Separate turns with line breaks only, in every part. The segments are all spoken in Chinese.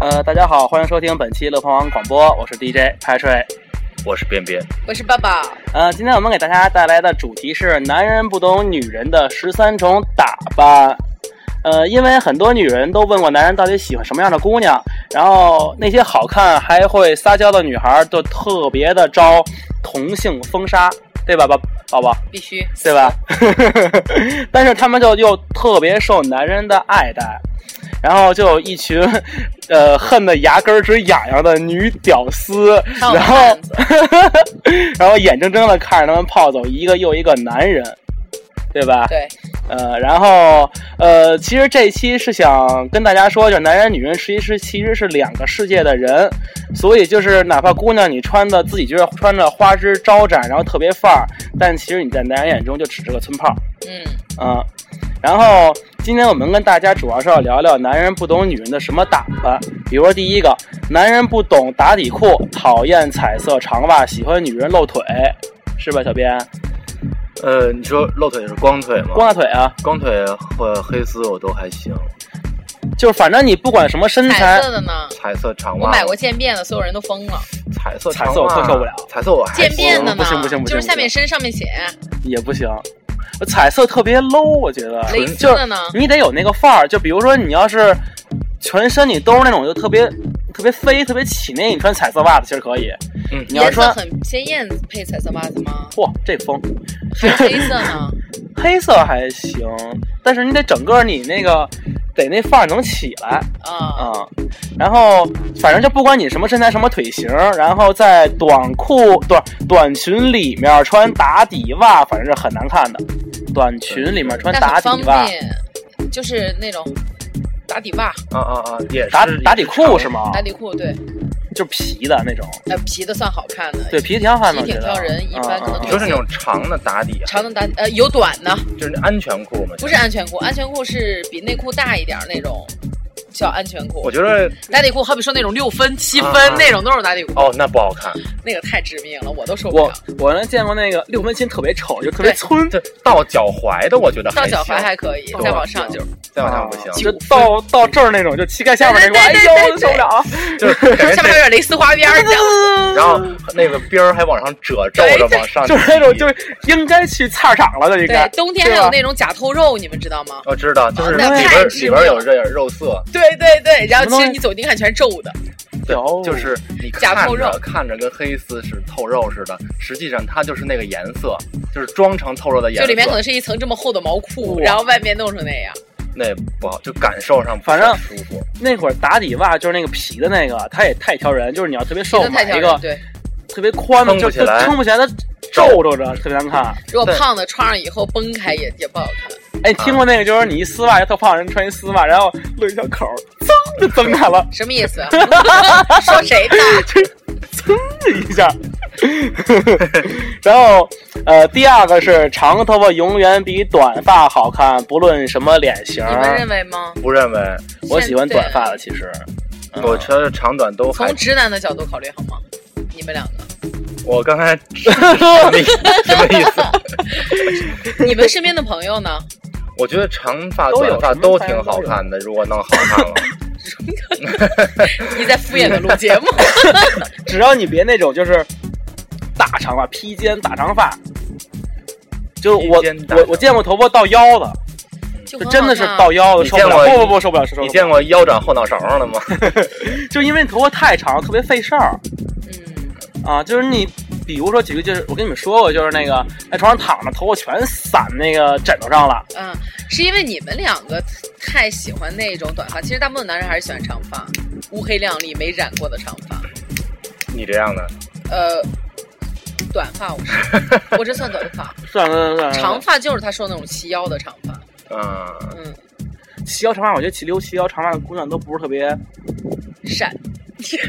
呃，大家好，欢迎收听本期乐鹏网广播，我是 DJ 派瑞。
我是边边，
我是抱抱，
呃，今天我们给大家带来的主题是男人不懂女人的十三种打扮。呃，因为很多女人都问过男人到底喜欢什么样的姑娘，然后那些好看还会撒娇的女孩儿都特别的招同性封杀，对吧，宝宝宝？
必须
对吧？ 但是他们就又特别受男人的爱戴，然后就有一群，呃，恨得牙根儿直痒痒的女屌丝，
看我
然
们
后
汉子
然后眼睁睁的看着他们泡走一个又一个男人，对吧？
对，
呃，然后呃，其实这一期是想跟大家说，就是男人女人其实是其实是两个世界的人，所以就是哪怕姑娘你穿的自己觉得穿着花枝招展，然后特别范儿，但其实你在男人眼中就只是个村炮，
嗯，
嗯、然后今天我们跟大家主要是要聊聊男人不懂女人的什么打扮，比如说第一个，男人不懂打底裤，讨厌彩色长袜，喜欢女人露腿，是吧，小编？
呃，你说露腿是光腿吗？
嗯光大腿啊，
光腿和黑丝我都还行，
就是反正你不管什么身材
彩。色的呢？
彩色长袜
我买过渐变的，所有人都疯了。
彩色
彩
长
色我
袜
特受不了
彩色我还
渐变
行
的呢？
哎不行不行不行
就
不
是下面
行
深上面浅，
也不行，彩色特别 low，我觉得
蕾丝
就
的
是
呢？
你得有那个范儿。就比如说你要是全身你都是那种就特别特别飞、特别起那，你穿彩色袜子其实可以。
嗯
你要
颜色
穿
很鲜艳，配彩色袜子吗？
嚯这风
还是黑色 呢？
黑色还行，但是你得整个你那个得那范儿能起来
啊，
啊、嗯然后反正就不管你什么身材、什么腿型，然后在短裤短短裙里面穿打底袜，反正是很难看的。短裙里面穿
但
打
很
底
方
袜。
便，就是那种打底袜、
啊啊啊，也是
打打底裤是？吗？
打底裤，对，
就是皮的那种，
呃，皮的算好看的，
对，皮挺好看的，
皮
我
挺
觉得
挑人一般可能
你
嗯
说是那种长的打底啊，
长的打底，呃，有短的，
就是那安全裤吗？
不是，安全裤，安全裤是比内裤大一点儿那种。叫安全裤
我，觉得
打底裤好比说那种六分、七分、
啊啊
那种都是打底裤，
哦，那不好看，
那个太致命了，我都受不
我
了。
我原来见过那个六分亲特别丑，就特别
对
村，
这到脚踝的我觉得还
到
行
脚踝还哦可以，
对
再往上就是
再往上不行，
就到到这儿那种，就膝盖下面那种，哎
对对对对
呦受不了。
就是 感觉
上面有
这，
点蕾丝花边儿，你知道 吗
然后那个边儿还往上褶皱着往上，
就是那种，就是应该去菜场了的应该
对，。冬天还有那种假透肉，你们知道吗？
我知道，就是里
哦那
边
太
儿
致
里边儿
命
有
了
这点肉色，
对对对，然
什么东
后其实
西
你走近看全是皱的，
对
哦
有，
就是你
假
看
透
着
肉
看着跟黑丝是透肉似的，实际上它就是那个颜色，就是装成透肉的颜
就
色。
里面可能是一层这么厚的毛裤，
哇
然后外面弄成那样。
那不好，就感受上不
反正
是很舒服。
那会儿打底袜就是那个皮的那个，它也太挑人，就是你要特别瘦
真的
买
太挑
一
人
个
对，
特别宽的，
撑
就就
不起来
撑不起来，它皱皱着，特别难看。
如果
对
胖的穿上以后崩开也也不好看。
哎，你听过那个就是你一丝袜，一特胖人穿一丝袜，然后露一小口儿，噌就增开了。
什么意思？啊说谁呢？
噌一下。 然后，呃，第二个是长头发永远比短发好看，不论什么脸型儿。
你们认为吗？
不认为，
啊我喜欢
现在
短发的，其实。嗯
我觉得长短都还
从。直男的角度考虑好吗？你们两个，
我刚才 什么意什么意思？
你们身边的朋友呢？
我觉得长发、
都有
短发
什么
都
发型
挺好
都有
看的，如果弄好看 了。
你在敷衍的录节目，
只要你别那种就是大长发、披肩、大长发，就我
披肩大
我
长
我见过头发到腰的，
就
就
很好
真的是
看啊
到腰的，
你
受不
见
了。
过
不不不，受不了，受不了。
你见过腰斩后脑勺了吗？
就因为你头发太长，特别费事儿
嗯，
啊。就是你，比如说举个，就是我跟你们说过，就是那个在床上躺着，头发全散那个枕头上了。
嗯，是因为你们两个太喜欢那种短发，其实大部分男人还是喜欢长发，乌黑亮丽、没染过的长发。
你这样的，
呃，短发我是， 我这算短发，
算了算了算了，
长发就是他说那种齐腰的长发。
嗯，
嗯，
齐腰长发，我觉得齐留齐腰长发的姑娘都不是特别，
闪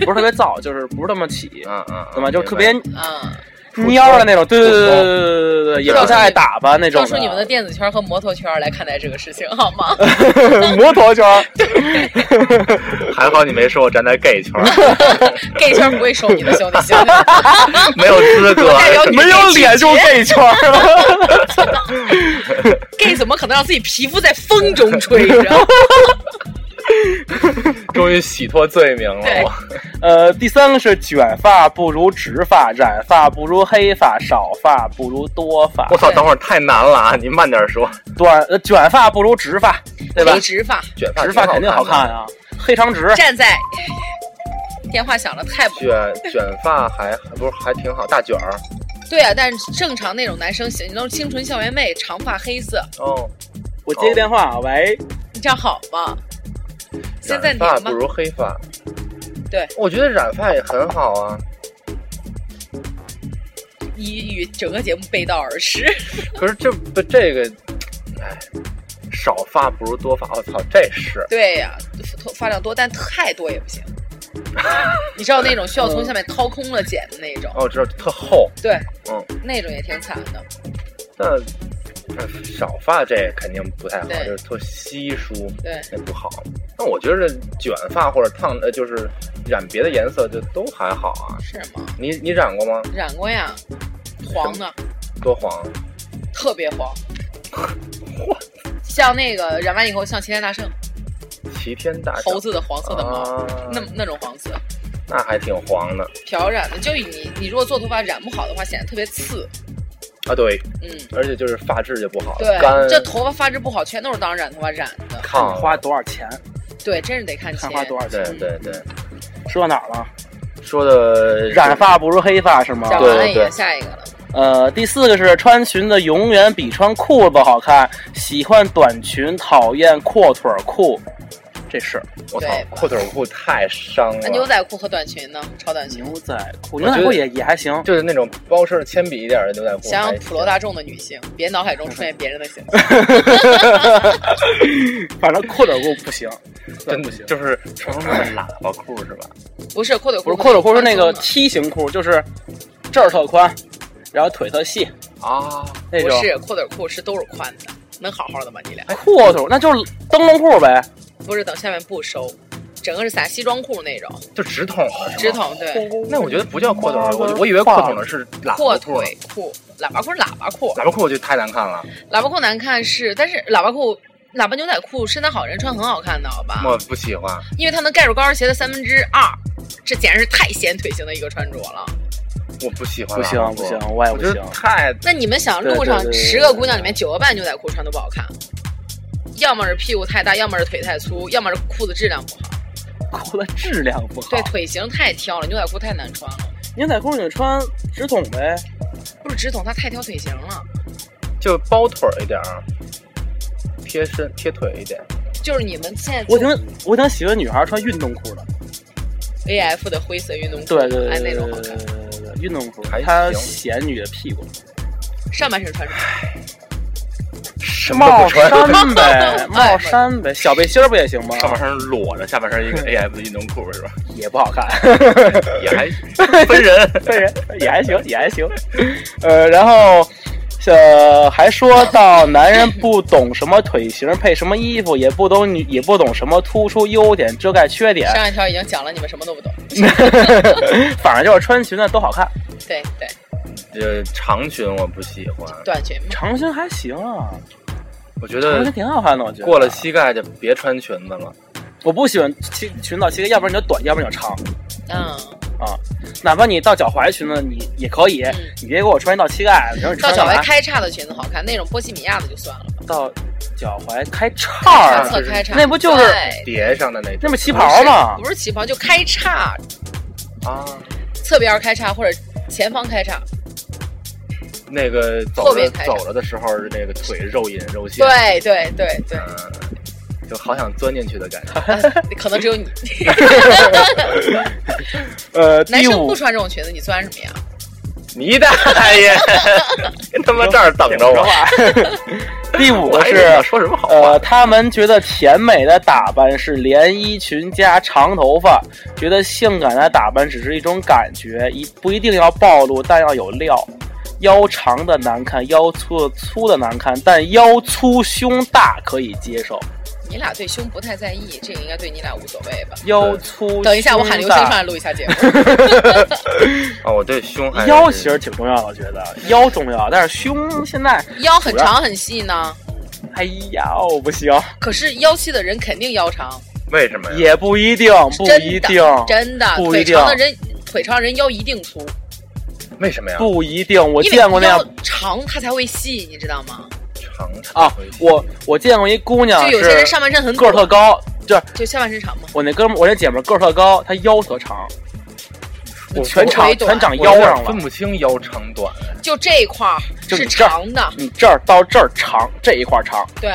不是特别燥，就是不是那么起，
嗯嗯，
对吧？就
明白
特别
啊！
蔫的那种，对对对对对对对对，也不太爱打扮那种
跳
的。
出你们的电子圈和摩托圈来看待这个事情，好 吗？
摩托圈儿，
还好你没说我站在 gay 圈 儿，
gay 圈不会收你的，兄弟啊兄弟。
没有资格。
代 表
没有脸就 gay 圈儿，
gay 怎么可能让自己皮肤在风中吹着？
终于于洗脱罪名了
对
我。
呃，第三个是卷发不如直发，染发不如黑发，少发不如多发
我，操，
对
等会儿太难了啊！您慢点说，
短呃卷发不如直发，对吧
没？直发，
卷发
直发肯定好看
的。
啊，黑长直。
站在电话响了，太不
卷卷发还还不是还挺好，大卷儿
对啊！但是正常那种男生型，你都是清纯校园妹，长发黑色，
哦。
我接个电话啊，喂，
你这样好吗？现在
染
你
发
吗？
不如黑发，
对，
我觉得染发也很好啊。
你与整个节目背道而驰，
可是这不这个，哎，少发不如多发。我操，这是
对呀、头发量多，但太多也不行。 你知道那种需要从下面掏空了剪的那种，
哦，我知道特厚。
对，
嗯，
那种也挺惨的。
那那少发这肯定不太好，
对
就是特稀疏，
对，
那不好。那我觉得卷发或者烫，呃，就是染别的颜色就都还好啊。
是吗？
你你染过吗？
染过呀，黄的，
多黄？
特别 黄。像那个染完以后，像齐天大圣
齐天大圣
猴子的黄色的毛，
哎啊
那那种黄色
那还挺黄的
漂染的。就你你如果做头发染不好的话，显得特别刺。
啊。对，
嗯，
而且就是发质就不好，
对
干，
这头发发质不好，全都是当染头发染的。
看你
烫。
花多少钱？
对，真是得看
看
钱。
花多少
对
哦钱？
对对，
嗯
说到哪儿了？
说的
染发不如黑发是吗？
染完了
对
也
对
就下一个了。
呃，第四个是穿裙子永远比穿裤子好看，喜欢短裙，讨厌阔腿儿裤，这是
我操
对，
阔腿裤太伤
那哎牛
了，
仔裤和短裙呢？超短裙
牛。仔裤，
觉
牛
得
仔裤也也还行。
就是那种包身铅笔一点的牛仔裤。哎
想想
还
普罗大众的女性，别脑海中出现别人的形象。
反正阔腿儿裤不 行，
真
不行。
就是传说中的喇叭裤是吧？
不是阔腿
不
裤，
是阔腿儿裤是那个
宽松的
梯形裤，就是这儿特宽，然后腿特细
啊，
那
不
种。
是阔腿裤，是都是宽的，能好好的吗？你俩？
阔腿儿那就是灯笼裤呗，
不是等下面不收，整个是撒西装裤那种，
就直筒的是
直
吗。
筒对，
那我觉得不叫阔腿儿，我
妈妈
我以为阔腿儿是喇
阔
叭裤呢，
腿裤，喇叭裤是喇叭裤，
喇叭裤我觉得太难看了，
喇叭裤难看是，但是喇叭裤。喇叭牛仔裤，身材好人穿很好看的，好
嗯
吧？
我不喜欢。
因为它能盖住高跟鞋的三分之二，这简直是太显腿型的一个穿着了。
我不喜欢
不
喇
行
叭裤，
不行，我也
我
不
觉
行
得。太
那你们想，路上
对对对对
十个姑娘里面九个半牛仔裤穿都不好看，要么是屁股太大，要么是腿太粗，要么是裤子质量不好。
裤的质量不好
对，，腿型太挑了，牛仔裤太难穿了。
牛仔裤你就穿直筒呗，
不是直筒，它太挑腿型了。
就包腿儿一点儿，贴身贴腿一点。
就是你们现在
我挺我挺喜欢女孩穿运动裤的，
A F 的灰色运动裤，
对对
哎
对对
那种
对
好看，
对对，运动裤
还
它
行
显女的屁股，
上半身穿什么？
什
帽
都不穿
衫 呗，帽衫呗，小背心儿不也行吗？
上半身裸着，下半身一个 AF 的运动裤 是吧？
也不好看，
也还分人。
对人 也还行，也还行。呃，然后呃还说到男人不懂什么腿型配什么衣服，也不懂女也不懂什么突出优点遮盖缺点，
上一条已经讲了，你们什么都不懂。
反正就是穿裙子都好看，
对对，
呃，长裙我不喜欢，
短裙嘛，
长裙还行啊，
我觉
长
得
裙挺好看的，我觉得。
过了膝盖就别穿裙子了。
我不喜欢裙裙到膝盖，要不然你就短，要不然你就长
嗯，
啊。哪怕你到脚踝裙子，你也可以，
嗯
你别给我穿一到膝盖，你说你
到
穿
脚
干嘛
踝开叉的裙子好看，那种波西米亚的就算了吧。
啊到脚踝开叉儿
两，侧开叉，
那不就是
对
叠上的那
那
种
不旗袍吗？
不是旗袍就开叉，
啊，
侧边开叉或者前方开叉，
那个走
后
着
面开
走着的时候，那个腿肉隐肉现，
对对对对，
嗯，就好想钻进去的感 觉。
可能只有你
呃，
男
第
生
五
不穿这种裙子，你钻什么呀？
你大爷， 跟他妈这儿等着我，
话，第五
我
个
还以为要
是
说什么好话
呃，？他们觉得甜美的打扮是连衣裙加长头发，觉得性感的打扮只是一种感觉，一不一定要暴露，但要有料。腰长的难看，腰粗的粗的难看，但腰粗胸大可以接受。
你俩对胸不太在意，这个应该对你俩无所谓吧？
腰粗，
等一下，我喊刘星上来。录一下节目。
啊，我对胸还是
腰其实挺重要的，我觉得腰重要，但是胸现在，
腰 很长很细呢，
哎呀，我不行，
可是腰细的人肯定腰长，
为什么呀？
也不一定，不一
真
定，
的真的，
哦不一
腿
定
长的人腿长的人腰一定粗，
为什么呀？
不一定。我
因
见过
为
那
腰
样
长它才会细，你知道吗？
长长
啊，我我见过一姑娘
就有些人
是
上半身很
个儿特
短，
高，就是
就下半身长嘛，
我那哥们儿，我那姐们儿个儿特高，她腰特长，
我
全长
腿短
全长
我有
腰
点
上了
分，不清腰长短。
就这一块儿
就是你这儿
长的，
你这儿到这儿长，这一块儿长，
对。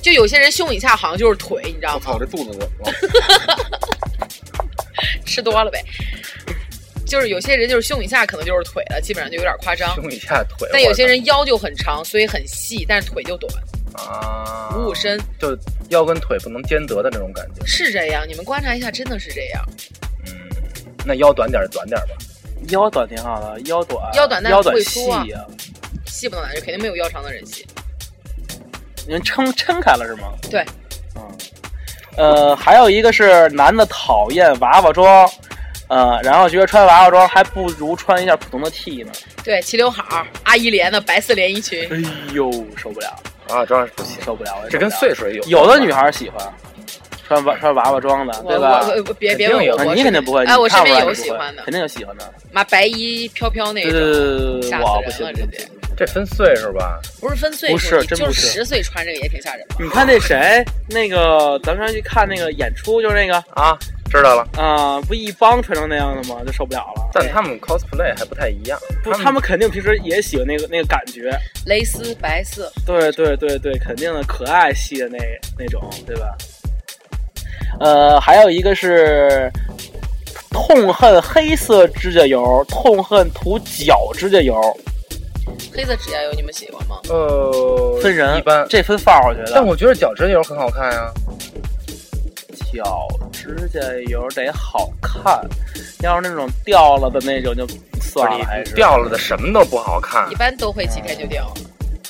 就有些人胸以下好像就是腿，你知道
我操，
吗
我？这肚子我
啊
吃多了呗。就是有些人就是胸以下可能就是腿了，基本上就有点夸张
我。胸以下腿。
但有些
人
人腰就很长，所以很细，但是腿就短，
哦
啊，
五五身
就腰跟腿不能兼得的那种感觉。
是这样。你们观察一下，真的是这样。
嗯，那腰短点儿短点儿吧。
腰短挺好的，腰短
腰短但
腰短
会
细
粗啊
呀、
细不到哪去，肯定没有腰长的人细。
你们撑撑开了是吗？
对，
嗯，呃，还有一个是男的讨厌娃娃装，呃，然后觉得穿娃娃装还不如穿一件普通的 T 呢。
对，齐刘海儿、阿依莲的白色连衣裙，
哎呦，受不了，
啊，当然是不行，
受不了，我也
这跟
受不了
岁数也有。
有的女孩喜欢穿娃穿娃娃装的，
我
对吧？
我我别
肯定
别问
有
我，
啊
我
你肯定不会，
哎，
你
我身
看
边
出来
有
你不
喜
会
欢的
肯，定有喜欢的。
妈白衣飘飘那
对对对
种，
对对，
吓死
我
人
不行
了
不行不
直接
行。
这分岁数吧，
不是分岁
不
数，
是
你
真
就
不
是
是嗯
十岁穿这个也挺吓人的。
你看那谁，那个咱们上去看那个演出，就是那个
啊，知道了。
啊、不一帮穿成那样的吗？就受不了了。
但他们 cosplay 还不太一样，
不，他们肯定平时也喜欢那个那个感觉。
蕾丝白色，
对对对对，肯定的，可爱系的那那种，对吧？呃，还有一个是痛恨黑色指甲油，痛恨涂脚指甲油，
黑色指甲油，你们喜欢吗？
呃
分人，
一般。
这分范儿，我觉
但
得。
我觉得脚趾油很好看啊，
脚指甲油得好看，要是那种掉了的那种就算了，还是。
掉了的什么都不好看
一，般都会几天就掉，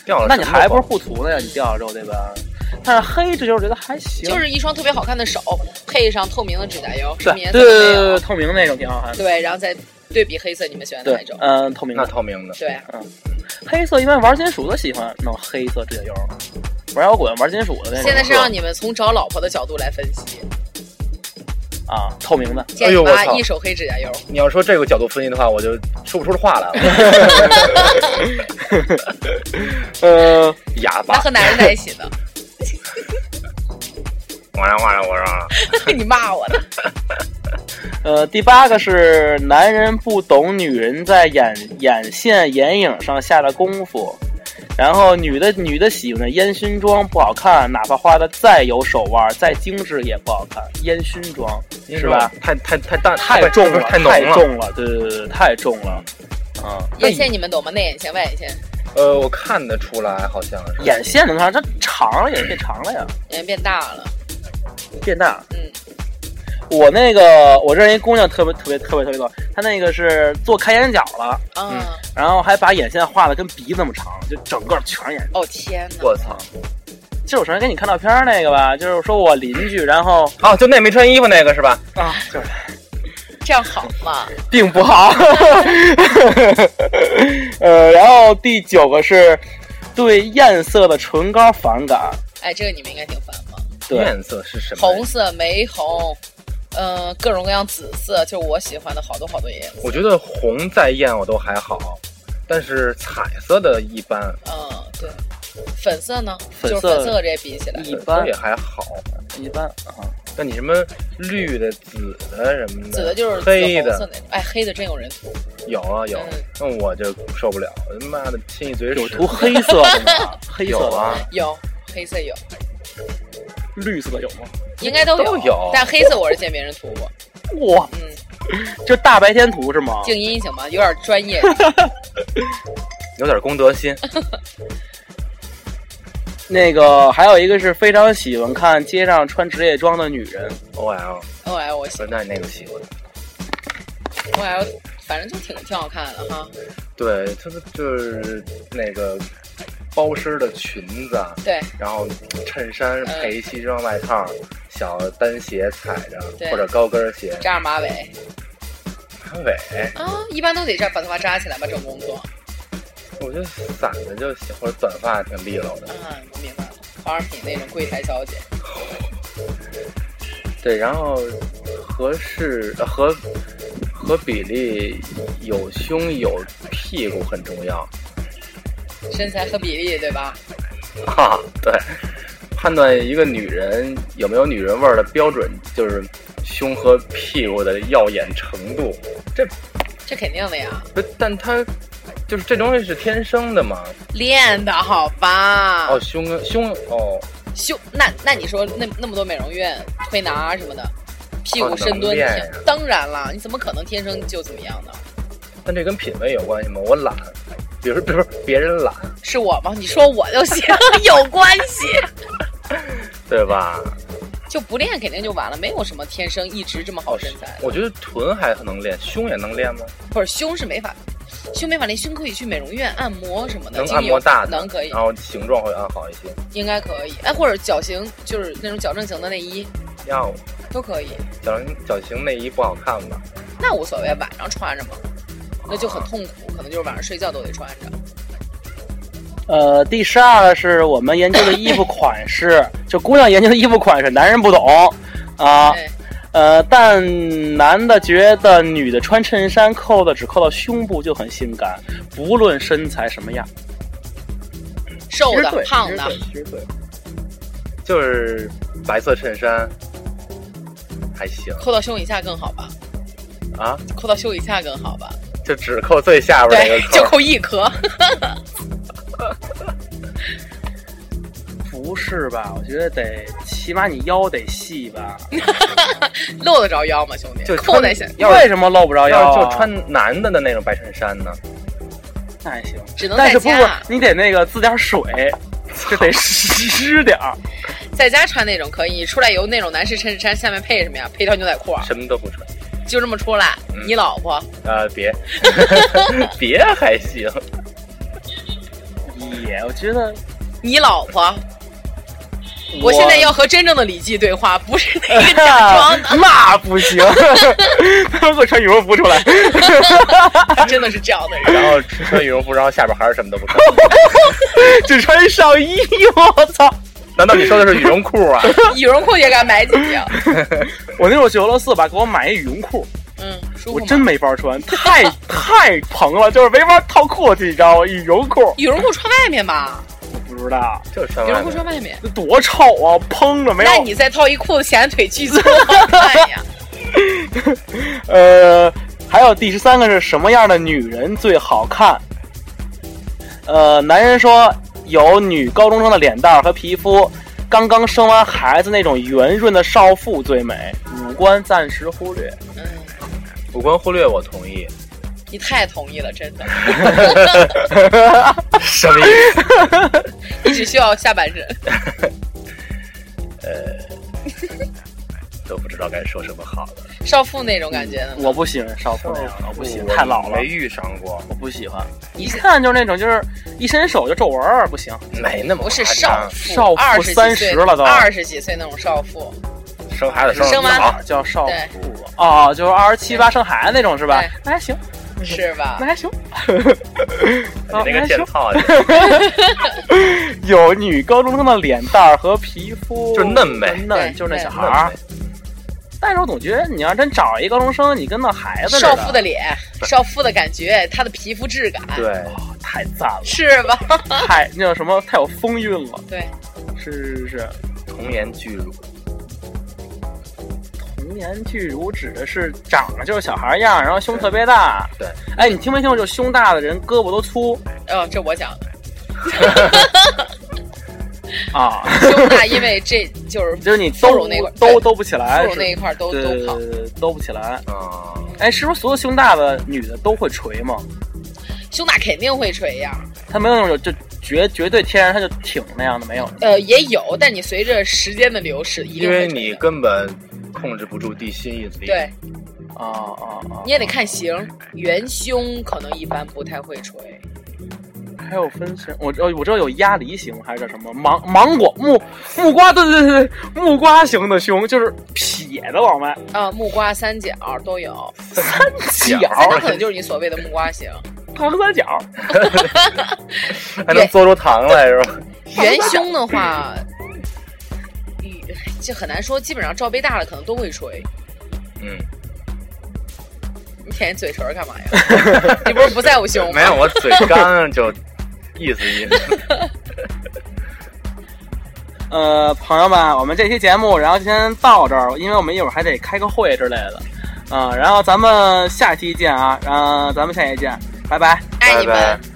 掉了
那你
什么
还不
都不
是
好
不涂呢？你掉了之后对吧？但是黑指甲油我觉得还行，
就是一双特别好看的手，配上透明的指甲油，什
对
么颜
对
色都没
对对
有，
透明那种挺好看的。
对，然后再对比黑色，你们喜欢哪
对
一种，？
嗯，透明的
那。透明的，
对，
黑色一般玩金属的喜欢弄黑色指甲油，玩摇滚玩金属的那种。
现在是让你们从找老婆的角度来分析，
啊，透明的，
建
哎
议
呦我
吧，
操
一手黑指甲油。
你要说这个角度分析的话，我就说不出话 来了，
呃，
哑
那
巴
和。男人在一起呢？
我让我让我让，
你骂我呢？
呃，第八个是男人不懂女人在眼眼线、眼影上下的功夫，然后女的女的喜欢的烟熏妆不好看，哪怕画的再有手腕、再精致也不好看，烟熏妆是吧？？
太太太淡，
太重了，
太
太
浓了。
重了，对对对对，太重了。啊、
眼线你们懂吗？内眼线、外眼线，
呃，我看得出来，好像是。
眼线能看，它长了也变长了呀，
眼睛变大了。
变大。
嗯，
我那个，我认识一姑娘特别特别特别特别逗，她那个是做开眼角了，
啊，
然后还把眼线画的跟鼻那么长，就整个全是眼线。
哦天哪！
我操！
就是我上次给你看照片儿那个吧， 就是说我邻居，然后
哦，就那没穿衣服那个是吧？
啊，就是
这样好吗？
并不好。 呃，然后第九个是对艳色的唇膏反感，
哎，这个你们应该挺烦吗？
对，
面色是什么？
红。色、玫红，呃，各种各样紫色，就是我喜欢的好多好多颜色。
我觉得红再艳我都还好，但是彩色的一般，
嗯，对。粉色呢？
粉
就是
色
粉色和这些比起来，
一
都
般
也还好。
一般啊。
但你什么绿的、紫的什么的，
紫的就是紫
黑
红色
的，
那种。哎，黑的真有人涂，
有啊有啊
嗯。
那我就受不了，我他妈的亲一嘴
有
屎
涂黑色的 吗？黑色
有
的、
啊，
有黑色有，
绿色的有吗？
应该都
嗯都有
但黑色我是见别人涂过。
哇，
嗯，
这大白天涂是
哦
吗？
静音行吗？有点专业。
有点公德 心。
那个还有一个是非常喜欢看街上穿职业装的女人，
O L，
O L 哦哎我喜
不是哦那那个喜欢。
O L，反正就挺挺好看的哈。
对，就是就是那个包身的裙子啊，
对，
然后衬衫配西装外套，小单鞋踩着
对
或者高跟鞋，
扎上马尾
马尾，
啊，一般都得这样把头发扎起来吧，这种工作。
我觉得散的就行，或者短发挺利落的。
啊，我明白了，化妆品那种柜台小姐。
对，然后和是呃和和比例有胸有屁股很重要，
身材和比例，对吧？
哈、哈，对，判断一个女人有没有女人味儿的标准就是胸和屁股的耀眼程度。
这肯定的呀，
不但她就是这东西是天生的嘛。
练的好吧？
哦，胸跟胸哦，
胸那那你说那那么多美容院推拿什么的，屁股
哦
深蹲
能练呀
挺当然了，你怎么可能天生就怎么样呢？
但这跟品味有关系吗？我懒，比如比如别人懒，
是我吗？你说我就行， 有关系。
对吧？
就不练肯定就完了，没有什么天生一直这么好身材的。
我觉得臀还能练，胸也能练吗？
不是胸是没法，胸没法练，胸可以去美容院按摩什么的，
能
精
按
油
摩大的，哦
能可以，
然后形状会按好一些。
应该可以。哎，或者脚型就是那种矫正型的内衣
要
都可以，
脚脚型内衣不好看吧？
那无所谓，晚上穿着嘛，那就很痛苦，可能就是晚上睡觉都得穿着。
呃，第十二是我们研究的衣服款式， 就姑娘研究的衣服款式，男人不懂啊。
对，
呃，但男的觉得女的穿衬衫扣的只扣到胸部就很性感，不论身材什么样。
瘦
其实
的
对
胖的，，
其实对，其实对就是白色衬衫还行
扣到胸以下更好吧？
啊，
扣到胸以下更好吧？
就只扣最下边那
对
个，扣
就
儿。
扣一颗。
不是吧？我觉得得起码你腰得细吧？
露得着腰吗，兄弟？
就
扣
穿
在下，
要是
为什么露不着腰、
要
啊？
是就穿男的的那种白衬衫呢？
那还行，
只能
但
在
是不
家，
不，你得那个滋点水， 这得湿点 儿。
在家穿那种可以，出来有那种男士衬衫，下面配什么呀？配条牛仔裤，啊
什么都不穿，
就这么出来。
嗯
你老婆
呃，别别还行，
也，我觉得
你老婆，
我
我现在要和真正的李记对话，不是那个假装
那不 行，他们给我穿羽绒服出来。
的，真的是这样的人。
然后穿羽绒服，然后下边还是什么都不穿。
只穿上衣，我操！
难道你说的是羽绒裤啊？
羽绒裤也敢买几条？
我那时候去俄罗斯吧，给我买一羽绒裤，
嗯，舒服
我
吗？
真没法穿， 太太蓬了，就是没法套裤子，你知道吗？羽绒裤，
羽绒裤穿外面吧，
我不知道
就是穿
羽绒
外
裤穿
面。
外面。
这多臭啊，蓬着没有。
那你再套一裤子，显得腿巨粗，好看呀。
呃，还有第十三个是什么样的女人最好看？呃，男人说有女高中生的脸蛋儿和皮肤，刚刚生完孩子那种圆润的少妇最美，五官暂时忽略。
嗯，
五官忽略，我同意。
你太同意了，真的。
什么意思？
你只需要下半身。
都不知道该说什么好哎了。
少妇那种感觉的吗？
嗯我不喜欢少妇那样的，我不喜
我
欢，太老了
没，遇上过，
我不喜欢。一看就是那种就是一伸手就皱纹儿，不行。
没那么
不是
夸
少
张
妇，
少妇
二十几
30
岁
了都
二十几岁那种少妇，
生孩子生
生完
好，
叫少妇啊，哦就是二十七八生孩子那种是吧
对？
那还行，
是吧
那？还行。
你那个啊贱操，
有女高中生的脸蛋儿和皮肤，
就嫩呗
嫩
对
就是那小孩
那
儿。但是我总觉得你要真找一高中生，你跟那孩子似
少妇的脸，少妇的感觉，她的皮肤质感，
对，
太赞了，
是吧？
太那叫什么，太有风韵了。
对，
是是是，
童颜巨乳，
童颜巨乳指的是长得就是小孩儿样儿，然后胸特别大。
对，
哎，你听没听过？就胸大的人胳膊都粗
嗯，这我讲，
啊，
胸大，因为这 就是
就是你
丰乳
兜
那块儿
兜兜不起来
腹，部那一
哎是
块儿都
对
都
对
胖。
对对兜不起来。
啊，
哎，是不是所有胸大的女的都会垂吗？
胸大肯定会垂呀，
她没有那种就绝绝对天然她就挺那样的没有。
呃，也有，但你随着时间的流逝，一定
因
会
为
垂
你
的
根本控制不住地心引力。
对，
啊啊啊！
你也得看型，圆胸可能一般不太会垂，
还有分身，我知道我知道有鸭梨型，还是叫什么芒芒果木木瓜，对对对对，木瓜型的胸就是撇的往外，
啊，木瓜三角都有，
角
三角可能就是你所谓的木瓜 型。
长三角，
还能嘬出糖来是吧？
元凶的话，嗯就很难说。基本上罩杯大了，可能都会吹。
嗯，
你舔嘴唇干嘛呀？ 你不是不在乎胸吗？
没有，我嘴干就意思意思。
呃，朋友们，我们这期节目然后就先到这儿，因为我们一会儿还得开个会之类的，啊嗯、然后咱们下期见啊，嗯、咱们下期见，拜拜。
哎爱你们。
拜拜